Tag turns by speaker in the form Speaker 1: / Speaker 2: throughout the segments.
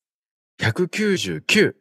Speaker 1: 199。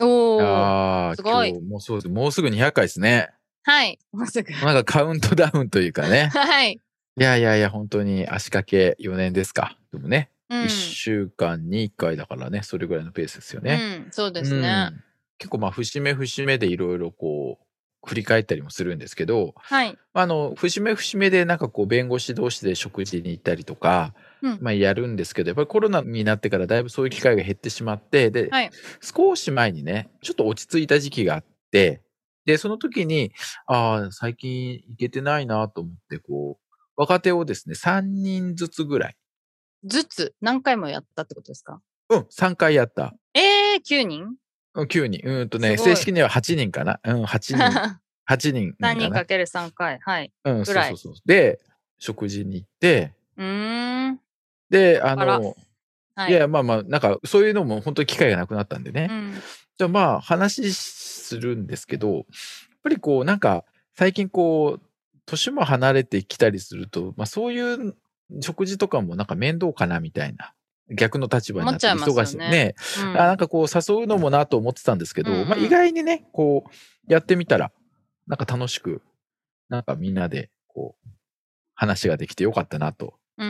Speaker 2: おー
Speaker 1: あー
Speaker 2: すごい
Speaker 1: 今日もうそうです。もうすぐ200回ですね。
Speaker 2: はいもうすぐ
Speaker 1: なんかカウントダウンというか ね。
Speaker 2: はい、
Speaker 1: いやいやいや、本当に足掛け4年ですか。でもね、
Speaker 2: うん
Speaker 1: 1週間に1回だからね、それぐらいのペースですよね。
Speaker 2: うん、そうですね、
Speaker 1: うん結構まあ、節目節目でいろいろこう、振り返ったりもするんですけど、
Speaker 2: はい
Speaker 1: まああの、節目節目でなんかこう、弁護士同士で食事に行ったりとか、
Speaker 2: うん
Speaker 1: まあやるんですけど、やっぱりコロナになってからだいぶそういう機会が減ってしまって、で、
Speaker 2: はい
Speaker 1: 少し前にね、ちょっと落ち着いた時期があって、で、その時に、ああ、最近行けてないなと思って、こう、若手をですね、3人ずつぐらい、
Speaker 2: ずつ何回もやったってことですか
Speaker 1: うん、3回やった。
Speaker 2: えー、9人
Speaker 1: うん9人。うーんとね、
Speaker 2: すごい
Speaker 1: 正式には8人かな。うん、8 人。
Speaker 2: 3
Speaker 1: 8人かな。
Speaker 2: 人かける3回はい
Speaker 1: うん、そ
Speaker 2: ぐ
Speaker 1: う
Speaker 2: らい
Speaker 1: そうそう。で、食事に行って、
Speaker 2: うーん
Speaker 1: で、あ
Speaker 2: あら
Speaker 1: の、
Speaker 2: はい
Speaker 1: いやいや、まあまあ、なんか、そういうのも本当に機会がなくなったんでね。
Speaker 2: うん
Speaker 1: じゃあまあ、話するんですけど、やっぱりこう、なんか、最近こう、年も離れてきたりすると、まあそういう食事とかもなんか面倒かなみたいな、逆の立場になって
Speaker 2: 思っちゃい
Speaker 1: 忙
Speaker 2: ます
Speaker 1: しい。
Speaker 2: よ
Speaker 1: ね
Speaker 2: ねうん
Speaker 1: あなんかこう、誘うのもなと思ってたんですけど、
Speaker 2: うんうん
Speaker 1: まあ意外にね、こう、やってみたら、なんか楽しく、なんかみんなで、こう、話ができてよかったなと
Speaker 2: うー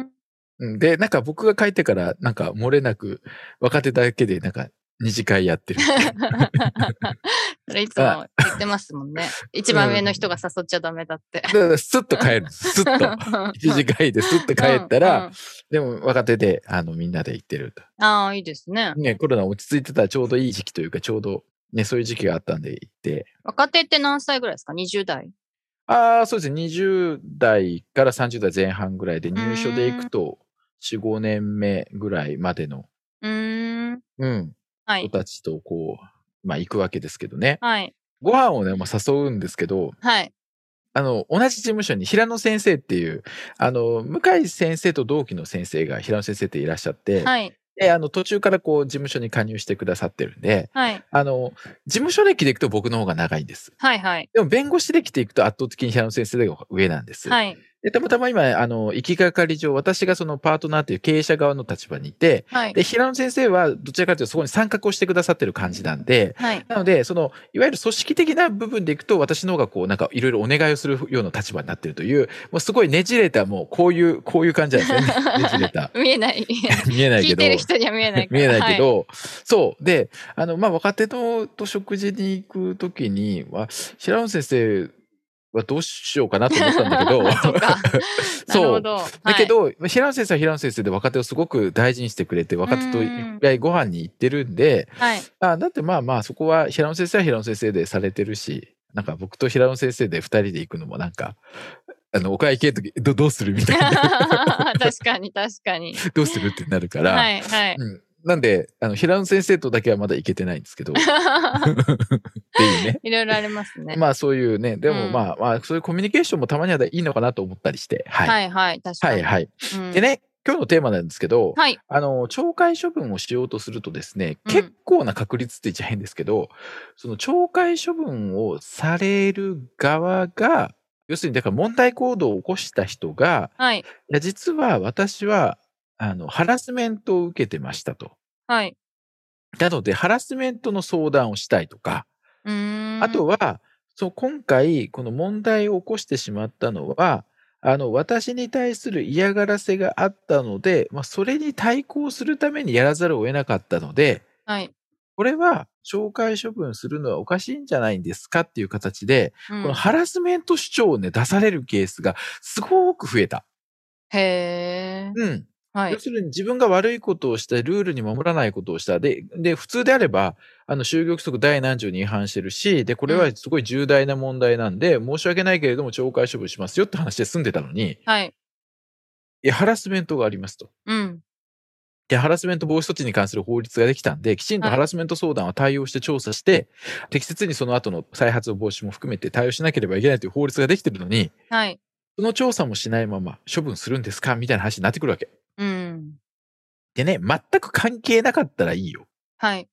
Speaker 2: ん
Speaker 1: うんで、なんか僕が帰ってから、なんか漏れなく、若手だけで、なんか、二次会やってる。
Speaker 2: それいつも言ってますもんね。一番上の人が誘っちゃダメだって
Speaker 1: だ。 から、スッと帰るんです。スッと。一次会ですっと帰った
Speaker 2: うんう
Speaker 1: ら、
Speaker 2: ん
Speaker 1: でも若手で、あの、みんなで行ってると。
Speaker 2: ああ、いいですね。
Speaker 1: ね、コロナ落ち着いてたらちょうどいい時期というか、ちょうど、ね、そういう時期があったんで行って、
Speaker 2: 若手って何歳ぐらいですか ?20 代。
Speaker 1: ああ、そうですね、20代から30代前半ぐらいで、入所で行くと、4、5年目ぐらいまでの、
Speaker 2: うーん。
Speaker 1: うん、
Speaker 2: は
Speaker 1: 人
Speaker 2: い。
Speaker 1: たちとこう、まあ行くわけですけどね。
Speaker 2: はい。
Speaker 1: ご飯をね、まあ誘うんですけど、
Speaker 2: はい。
Speaker 1: あの、同じ事務所に平野先生っていう、あの、向井先生と同期の先生が平野先生っていらっしゃって、
Speaker 2: はい。
Speaker 1: で、あの、途中からこう、事務所に加入してくださってるんで、
Speaker 2: はい。
Speaker 1: あの、事務所歴でいくと僕の方が長いんです。
Speaker 2: はい。はい。
Speaker 1: でも、弁護士歴でいくと圧倒的に平野先生が上なんです。
Speaker 2: はい。
Speaker 1: で、たまたま今、あの、行きがかり上、私がそのパートナーっていう経営者側の立場にいて、
Speaker 2: はい。
Speaker 1: で、平野先生はどちらかというとそこに参画をしてくださってる感じなんで、
Speaker 2: はい。。
Speaker 1: なので、その、いわゆる組織的な部分でいくと、私の方がこう、なんか、いろいろお願いをするような立場になってるという、もうすごいねじれた、もう、こういう、こういう感じなんですよね。ねじれた
Speaker 2: 見えない。
Speaker 1: 見えない
Speaker 2: 聞
Speaker 1: け
Speaker 2: い
Speaker 1: ど。
Speaker 2: てる人には見えないから。
Speaker 1: 見えないけ
Speaker 2: はい。
Speaker 1: ど、そう。で、あの、まあ、若手とと食事に行くときに、まあ、平野先生はどうしようかなと思ったんだけど、
Speaker 2: そ っかなる
Speaker 1: そ
Speaker 2: ほ
Speaker 1: う。
Speaker 2: ど。はい
Speaker 1: だけ、ど、平野先生は平野先生で若手をすごく大事にしてくれて、若手と一回ご飯に行ってるんで、
Speaker 2: はい。
Speaker 1: あだってまあまあそこは平野先生は平野先生でされてるしなんか僕と平野先生で2人で行くのもなんかあのお会計の時どどうするみたい な
Speaker 2: 確かに、確かに。
Speaker 1: どうするってなるから、
Speaker 2: はい。 はい。
Speaker 1: うん、なんであの平野先生とだけはまだ行けてないんですけどっていうね
Speaker 2: いろいろあります ね。
Speaker 1: まあそういうねで
Speaker 2: う
Speaker 1: も
Speaker 2: ん
Speaker 1: まあまあそういうコミュニケーションもたまにはいいのかなと思ったりしてはい、はい、
Speaker 2: はい。はい。確か
Speaker 1: は
Speaker 2: に。
Speaker 1: いはい
Speaker 2: うん
Speaker 1: で。ね今日のテーマなんですけど、
Speaker 2: はい。
Speaker 1: あの、懲戒処分をしようとするとですね、
Speaker 2: うん
Speaker 1: 結構な確率って言っちゃ変ですけど、その懲戒処分をされる側が、要するにだから問題行動を起こした人が、
Speaker 2: はい。
Speaker 1: いや、実は私は、あの、ハラスメントを受けてましたと。
Speaker 2: はい。
Speaker 1: なので、ハラスメントの相談をしたいとか、
Speaker 2: うーん。
Speaker 1: あとは、そう、今回、この問題を起こしてしまったのは、あの、私に対する嫌がらせがあったので、まあ、それに対抗するためにやらざるを得なかったので、
Speaker 2: はい。
Speaker 1: これは、懲戒処分するのはおかしいんじゃないんですかっていう形で、
Speaker 2: うん
Speaker 1: このハラスメント主張をね、出されるケースがすごく増えた。
Speaker 2: へえ。
Speaker 1: うん。
Speaker 2: はい
Speaker 1: 要。するに自分が悪いことをした、ルールに守らないことをした。で、で、普通であれば、あの、就業規則第何条に違反してるし、で、これはすごい重大な問題なんで、申し訳ないけれども懲戒処分しますよって話で済んでたのに、
Speaker 2: はい。
Speaker 1: いや、ハラスメントがありますと。
Speaker 2: うん。
Speaker 1: で、ハラスメント防止措置に関する法律ができたんで、きちんと
Speaker 2: は
Speaker 1: ハ
Speaker 2: い
Speaker 1: ラスメント相談は対応して調査して、適切にその後の再発防止も含めて対応しなければいけないという法律ができてるのに、
Speaker 2: はい。
Speaker 1: その調査もしないまま処分するんですかみたいな話になってくるわけ。
Speaker 2: うん。
Speaker 1: でね、全く関係なかったらいいよ。
Speaker 2: はい。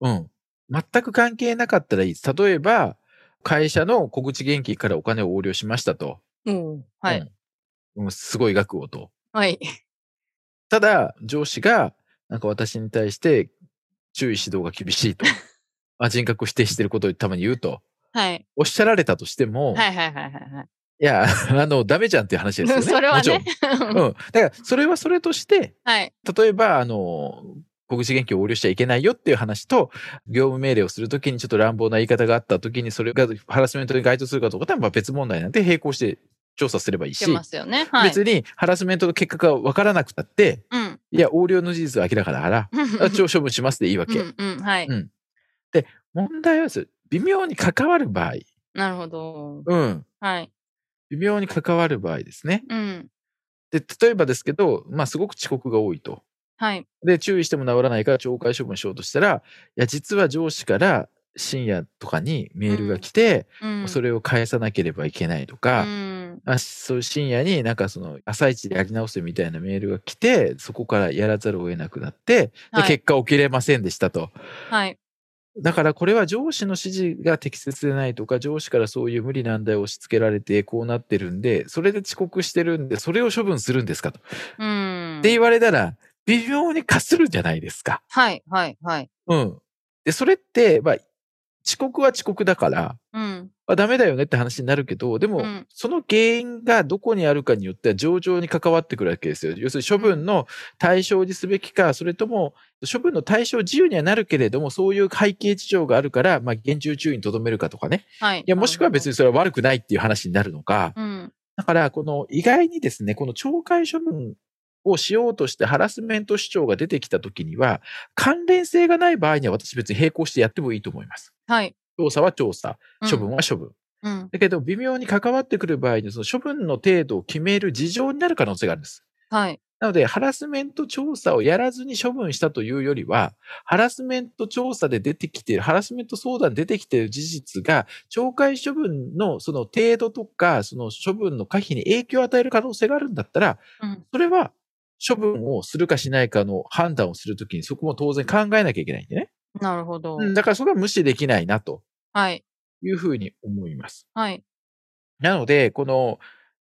Speaker 1: うん。全く関係なかったらいいです。例えば、会社の小口現金からお金を横領しましたと。
Speaker 2: うん。は
Speaker 1: う
Speaker 2: い。
Speaker 1: ん。うんすごい額をと。
Speaker 2: はい。
Speaker 1: ただ、上司が、なんか私に対して注意指導が厳しい と。まあ人格を否定してることをたまに言うと。
Speaker 2: はい。
Speaker 1: おっしゃられたとしても、
Speaker 2: はい。はい。はい。はい
Speaker 1: いや、あの、ダメじゃんっていう話ですよ
Speaker 2: は
Speaker 1: ね。
Speaker 2: い。 それは
Speaker 1: もちろ
Speaker 2: ね
Speaker 1: ん。。うん。だから、それはそれとして、
Speaker 2: はい。
Speaker 1: 例えば、あの、国事現金を横領しちゃいけないよっていう話と、業務命令をするときにちょっと乱暴な言い方があったときに、それがハラスメントに該当するかどうかとはまあ別問題なんで、並行して調査すればいい
Speaker 2: し
Speaker 1: し、
Speaker 2: てますよね。はい。
Speaker 1: 別にハラスメントの結果が分からなくたって、
Speaker 2: うん。
Speaker 1: いや、横領の事実は明らかだから、あ
Speaker 2: う
Speaker 1: 超処分しますでいいわけ。
Speaker 2: ん。うん。はい
Speaker 1: うん。問題はです、微妙に関わる場合、
Speaker 2: なるほど。
Speaker 1: うん、
Speaker 2: はい。
Speaker 1: 微妙に関わる場合ですね。
Speaker 2: うん。
Speaker 1: で、例えばですけど、まあ、すごく遅刻が多いと。
Speaker 2: はい。
Speaker 1: で、注意しても治らないから懲戒処分しようとしたら、いや、実は上司から深夜とかにメールが来て、
Speaker 2: うん。
Speaker 1: それを返さなければいけないと
Speaker 2: う
Speaker 1: か、
Speaker 2: ん。
Speaker 1: あそういう深夜になんかその朝一でやり直せみたいなメールが来て、そこからやらざるを得なくなって、で
Speaker 2: はい。
Speaker 1: 結果起きれませんでしたと。
Speaker 2: はい。
Speaker 1: だからこれは上司の指示が適切でないとか、上司からそういう無理難題を押し付けられてこうなってるんで、それで遅刻してるんで、それを処分するんですかと。
Speaker 2: うん。
Speaker 1: って言われたら、微妙にかするんじゃないですか。
Speaker 2: はい。はい。はい。
Speaker 1: うん。で、それって、まあ、遅刻は遅刻だから、
Speaker 2: うん。
Speaker 1: まあ、ダメだよねって話になるけど、でも、
Speaker 2: うん
Speaker 1: その原因がどこにあるかによっては上場に関わってくるわけですよ。要するに処分の対象にすべきか、それとも、処分の対象自由にはなるけれども、そういう背景事情があるから、まあ、厳重注意にとどめるかとかね。
Speaker 2: はい。
Speaker 1: いや、もしくは別
Speaker 2: に。
Speaker 1: にそれは悪くないっていう話になるのか。
Speaker 2: うん。
Speaker 1: だから、この意外にですね、この懲戒処分をしようとしてハラスメント主張が出てきたときには、関連性がない場合には私別に並行してやってもいいと思います。
Speaker 2: はい。
Speaker 1: 調査は調査、
Speaker 2: うん
Speaker 1: 処分。は処分。
Speaker 2: うん。
Speaker 1: だけど、微妙に関わってくる場合に、その処分の程度を決める事情になる可能性があるんです。
Speaker 2: はい。
Speaker 1: なので、ハラスメント調査をやらずに処分したというよりは、ハラスメント調査で出てきている、ハラスメント相談で出てきている事実が、懲戒処分のその程度とか、その処分の可否に影響を与える可能性があるんだったら、
Speaker 2: うん。
Speaker 1: それは処分をするかしないかの判断をするときに、そこも当然考えなきゃいけないんでね。
Speaker 2: なるほど。
Speaker 1: うんだからそこは無視できないなと
Speaker 2: はい。
Speaker 1: いうふうに思います。
Speaker 2: はい。
Speaker 1: なので、この、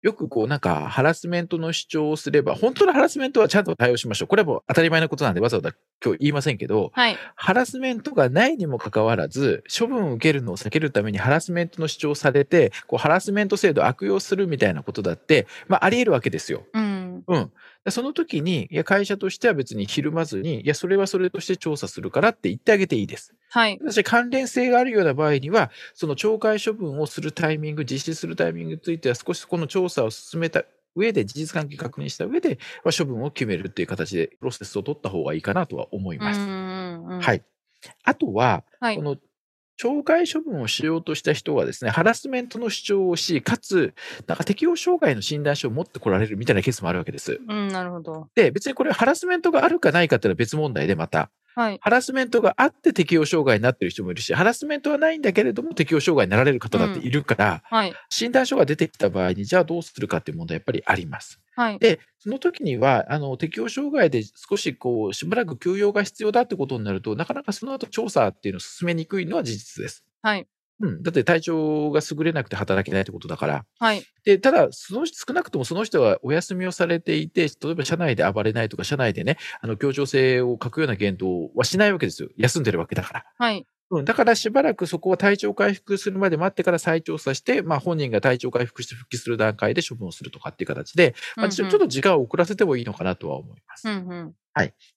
Speaker 1: よくこうなんかハラスメントの主張をすれば、本当のハラスメントはちゃんと対応しましょう。これはもう当たり前のことなんでわざわざ今日言いませんけど、
Speaker 2: はい。
Speaker 1: ハラスメントがないにもかかわらず、処分を受けるのを避けるためにハラスメントの主張をされて、こうハラスメント制度を悪用するみたいなことだって、まああり得るわけですよ。
Speaker 2: うん。
Speaker 1: うん。でその時に、いや会社としては別にひるまずに、いやそれはそれとして調査するからって言ってあげていいです。
Speaker 2: はい。
Speaker 1: ただし関連性があるような場合には、その懲戒処分をするタイミング、実施するタイミングについては、少しこの調査を進めた上で、事実関係確認した上で、まあ処分を決めるっていう形で、プロセスを取った方がいいかなとは思います。
Speaker 2: うん。。
Speaker 1: はいい。あとは、
Speaker 2: はい
Speaker 1: こ。の懲戒処分をしようとした人はですね、ハラスメントの主張をし、かつ、なんか適応障害の診断書を持ってこられるみたいなケースもあるわけです。
Speaker 2: うん。なるほど。
Speaker 1: で、別にこれハラスメントがあるかないかっていうのは別問題で、また。
Speaker 2: はい。
Speaker 1: ハラスメントがあって適応障害になってる人もいるし、ハラスメントはないんだけれども適応障害になられる方だっているから、
Speaker 2: はい。
Speaker 1: 診断書が出てきた場合に、じゃあどうするかっていう問題やっぱりあります。
Speaker 2: はい。
Speaker 1: で、その時には、あの、適応障害で少しこう、しばらく休養が必要だってことになると、なかなかその後調査っていうのを進めにくいのは事実です。
Speaker 2: はい。
Speaker 1: うん。だって体調が優れなくて働けないってことだから。
Speaker 2: はい。
Speaker 1: で、ただ、その少なくともその人がお休みをされていて、例えば社内で暴れないとか、社内でね、あの、協調性を欠くような言動はしないわけですよ。休んでるわけだから。
Speaker 2: はい。
Speaker 1: うん、だからしばらくそこは体調回復するまで待ってから再調査して、まあ本人が体調回復して復帰する段階で処分をするとかっていう形で、まあちょちょっと時間を遅らせてもいいのかなとは思います。
Speaker 2: うんうん。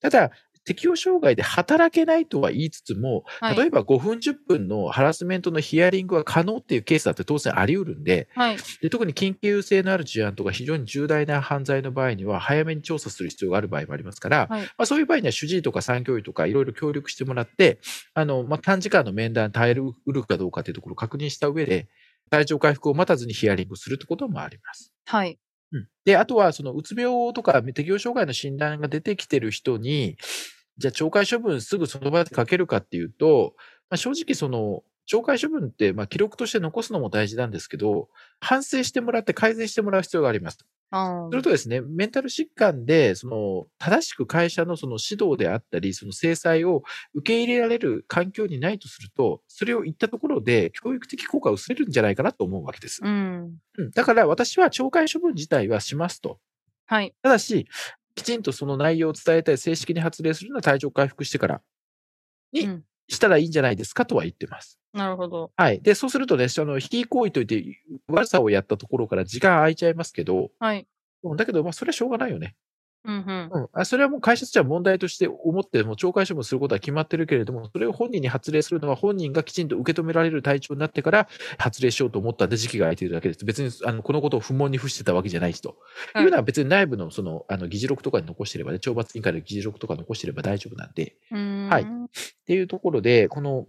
Speaker 1: ただ、適応障害で働けないとは言いつつも、
Speaker 2: はい
Speaker 1: 例えば5分10分のハラスメントのヒアリングは可能っていうケースだって当然あり得るんで、
Speaker 2: はい。
Speaker 1: で特に緊急性のある事案とか非常に重大な犯罪の場合には早めに調査する必要がある場合もありますから、
Speaker 2: はい
Speaker 1: まあ、そういう場合には主治医とか産業医とかいろいろ協力してもらってあの、まあ、短時間の面談に耐えるうるかどうかというところを確認した上で体調回復を待たずにヒアリングするということもあります。
Speaker 2: はい。
Speaker 1: うんで、あとは、その、うつ病とか適応障害の診断が出てきてる人に、じゃあ、懲戒処分すぐその場でかけるかっていうと、まあ、正直、その、懲戒処分って、まあ、記録として残すのも大事なんですけど、反省してもらって改善してもらう必要があります。
Speaker 2: あ
Speaker 1: するとですね、メンタル疾患で、その、正しく会社のその指導であったり、その制裁を受け入れられる環境にないとすると、それを言ったところで、教育的効果を薄れるんじゃないかなと思うわけです。
Speaker 2: うん。
Speaker 1: うんだから私は懲戒処分自体はしますと。
Speaker 2: はい。
Speaker 1: ただし、きちんとその内容を伝えたり、正式に発令するのは体調回復してからに
Speaker 2: うん
Speaker 1: したらいいんじゃないですかとは言ってます。
Speaker 2: なるほど。
Speaker 1: はい。で、そうするとね、その、非行為といって、悪さをやったところから時間空いちゃいますけど、
Speaker 2: はい。
Speaker 1: うんだけど、まあ、それはしょうがないよね。
Speaker 2: うんうん。
Speaker 1: うん、あそれはもう会社としては問題として思って、もう懲戒処分することは決まってるけれども、それを本人に発令するのは本人がきちんと受け止められる体調になってから発令しようと思ったんで時期が空いているだけです。別にあのこのことを不問に付してたわけじゃない人。
Speaker 2: はい
Speaker 1: いうのは別に内部のそのあの議事録とかに残してればね、懲罰委員会の議事録とか残してれば大丈夫なんで。
Speaker 2: うーん
Speaker 1: はいっていうところで、この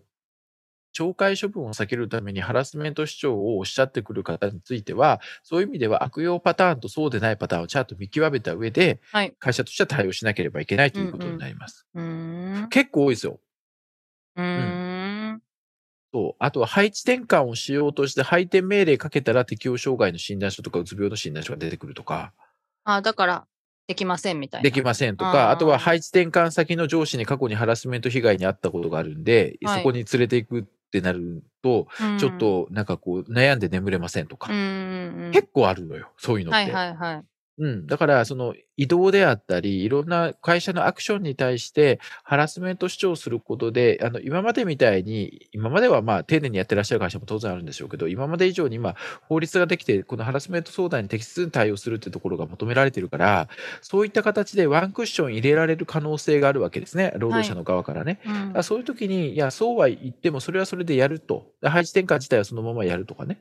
Speaker 1: 懲戒処分を避けるためにハラスメント主張をおっしゃってくる方については、そういう意味では悪用パターンとそうでないパターンをちゃんと見極めた上で、
Speaker 2: はい
Speaker 1: 会社としては対応しなければいけないということになります。
Speaker 2: うーん。
Speaker 1: 結構多いですよ。
Speaker 2: うーん。
Speaker 1: そう。あとは配置転換をしようとして、配点命令かけたら適応障害の診断書とかうつ病の診断書が出てくるとか、
Speaker 2: あ、だから、できませんみたいな。
Speaker 1: できませんと
Speaker 2: あー
Speaker 1: か、あとは配置転換先の上司に過去にハラスメント被害に遭ったことがあるんで、
Speaker 2: はい
Speaker 1: そこに連れていくってなると、
Speaker 2: うん
Speaker 1: ちょっ。となんかこう悩んで眠れませんと
Speaker 2: うん
Speaker 1: か、
Speaker 2: うんうん。
Speaker 1: 結構あるのよ、そういうのって。
Speaker 2: はいはいはい。
Speaker 1: うん。だから、その移動であったり、いろんな会社のアクションに対してハラスメント主張することで、あの、今までみたいに、今まではまあ丁寧にやってらっしゃる会社も当然あるんでしょうけど、今まで以上に今法律ができて、このハラスメント相談に適切に対応するってところが求められてるから、そういった形でワンクッション入れられる可能性があるわけですね、労働者の側からね。
Speaker 2: うん
Speaker 1: あそういう時に、いや、そうは言っても、それはそれでやると。配置転換自体はそのままやるとかね。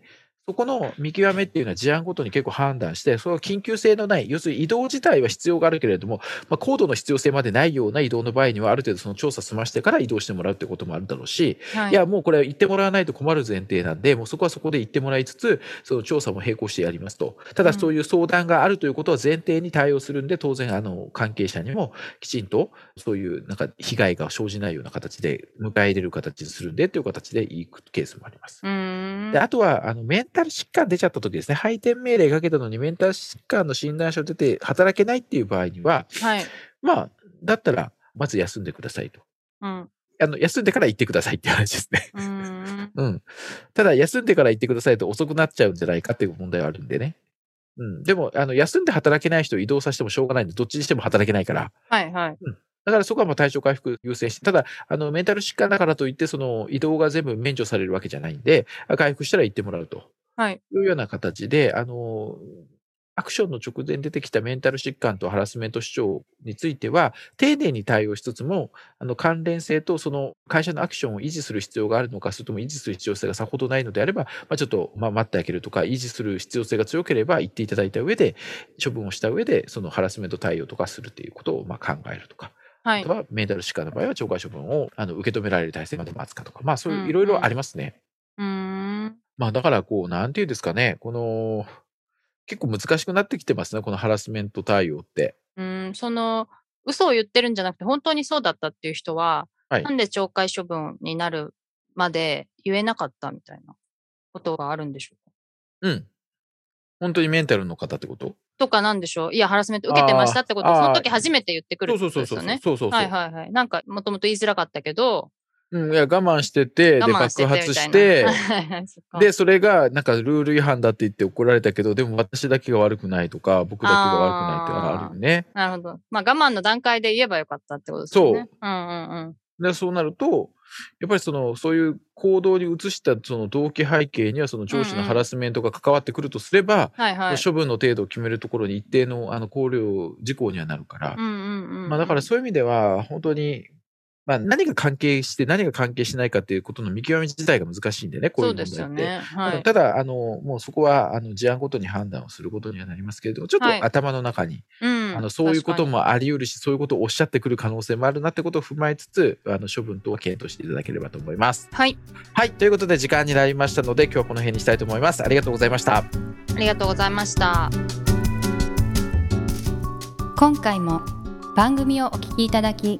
Speaker 1: そこの見極めっていうのは事案ごとに結構判断して、その緊急性のない、要するに移動自体は必要があるけれども、まあ、高度の必要性までないような移動の場合には、ある程度その調査済ましてから移動してもらうってこともあるだろうし、
Speaker 2: はい
Speaker 1: いや、もうこれは言ってもらわないと困る前提なんで、もうそこはそこで言ってもらいつつ、その調査も並行してやりますと。た
Speaker 2: う
Speaker 1: だ、
Speaker 2: ん
Speaker 1: そういう相談があるということは前提に対応するんで、当然、あの、関係者にもきちんと、そういう、なんか、被害が生じないような形で、迎え入れる形にするんで、という形でいくケースもあります。
Speaker 2: うーん。
Speaker 1: であとは、あの、メンタル疾患出ちゃった時ですね、配点命令かけたのにメンタル疾患の診断書出て働けないっていう場合には、
Speaker 2: はい。
Speaker 1: まあ、だったら、まず休んでくださいと。
Speaker 2: うん。う
Speaker 1: あの、休んでから行ってくださいっていう話ですね。
Speaker 2: ーん。
Speaker 1: うん。ただ、休んでから行ってくださいと遅くなっちゃうんじゃないかっていう問題はあるんでね。うん。でも、あの、休んで働けない人を移動させてもしょうがないんで、どっちにしても働けないから。
Speaker 2: はいはい。
Speaker 1: だからそこはまあ対象回復優先して、ただ、あの、メンタル疾患だからといって、その、移動が全部免除されるわけじゃないんで、回復したら行ってもらうと。
Speaker 2: はい。
Speaker 1: いうような形で、あの、アクションの直前に出てきたメンタル疾患とハラスメント主張については、丁寧に対応しつつも、あの関連性とその会社のアクションを維持する必要があるのか、それとも維持する必要性がさほどないのであれば、まあ、ちょっと、まあ、待ってあげるとか、維持する必要性が強ければ言っていただいた上で、処分をした上で、そのハラスメント対応とかするということをまあ考えるとか、
Speaker 2: は
Speaker 1: あ
Speaker 2: い
Speaker 1: と。はメンタル疾患の場合は懲戒処分をあの受け止められる体制まで待つかとか、まあそう
Speaker 2: うんう
Speaker 1: い
Speaker 2: ん
Speaker 1: ういろいろありますね。
Speaker 2: うーん。
Speaker 1: まあだからこう、なんていうんですかね、この、結構難しくなってきてますね、このハラスメント対応って。
Speaker 2: うーん。その、嘘を言ってるんじゃなくて、本当にそうだったっていう人は、
Speaker 1: はい
Speaker 2: なんで懲戒処分になるまで言えなかったみたいなことがあるんでしょうか
Speaker 1: うん。本当にメンタルの方ってこと
Speaker 2: とかなんでしょういや、ハラスメント受けてましたってことを、
Speaker 1: あー
Speaker 2: その
Speaker 1: あ
Speaker 2: 時
Speaker 1: ー
Speaker 2: 初めて言ってくる
Speaker 1: そ
Speaker 2: っ
Speaker 1: う
Speaker 2: て
Speaker 1: そうそ
Speaker 2: こと
Speaker 1: う
Speaker 2: です
Speaker 1: そう
Speaker 2: よ
Speaker 1: そうそうそう。
Speaker 2: ね。はいはいはい。なんか、もともと言いづらかったけど、
Speaker 1: うん、いや、我慢してて、で、
Speaker 2: 我慢して
Speaker 1: 爆
Speaker 2: て
Speaker 1: 発
Speaker 2: みたい
Speaker 1: し
Speaker 2: な。
Speaker 1: て、
Speaker 2: はいはいそっか
Speaker 1: で、それが、なんか、ルール違反だって言って怒られたけど、でも私だけが悪くないとか、僕だけが悪くないってあるよね。
Speaker 2: なるほど。まあ、我慢の段階で言えばよかったってことですよね。そう。うんうんうん。
Speaker 1: で、そうなると、やっぱりその、そういう行動に移した、その動機背景には、その上司
Speaker 2: うんう
Speaker 1: の
Speaker 2: ん
Speaker 1: ハラスメントが関わってくるとすれば、
Speaker 2: はいはい。
Speaker 1: 処分の程度を決めるところに一定のあの考慮事項にはなるから、
Speaker 2: うんうんうんうん。
Speaker 1: まあ、だからそういう意味では本当に、まあ、何が関係して何が関係しないかっていうことの見極め自体が難しいんでねこうい
Speaker 2: そう
Speaker 1: 問
Speaker 2: う
Speaker 1: 題
Speaker 2: で
Speaker 1: って。
Speaker 2: すよね。は
Speaker 1: あの
Speaker 2: い。
Speaker 1: ただあの、もうそこはあの事案ごとに判断をすることにはなりますけれども、ちょっ
Speaker 2: はい
Speaker 1: と頭の中に、
Speaker 2: うん
Speaker 1: あのそういうこと。
Speaker 2: 確
Speaker 1: もあり得るし、そういうことをおっしゃってくる可能性もあるなってことを踏まえつつ、あの処分等は検討していただければと思います。
Speaker 2: かにはい。
Speaker 1: はい、ということで時間になりましたので、今日はこの辺にしたいと思います。ありがとうございました。
Speaker 2: ありがとうございました。
Speaker 3: 今回も番組をお聞きいただき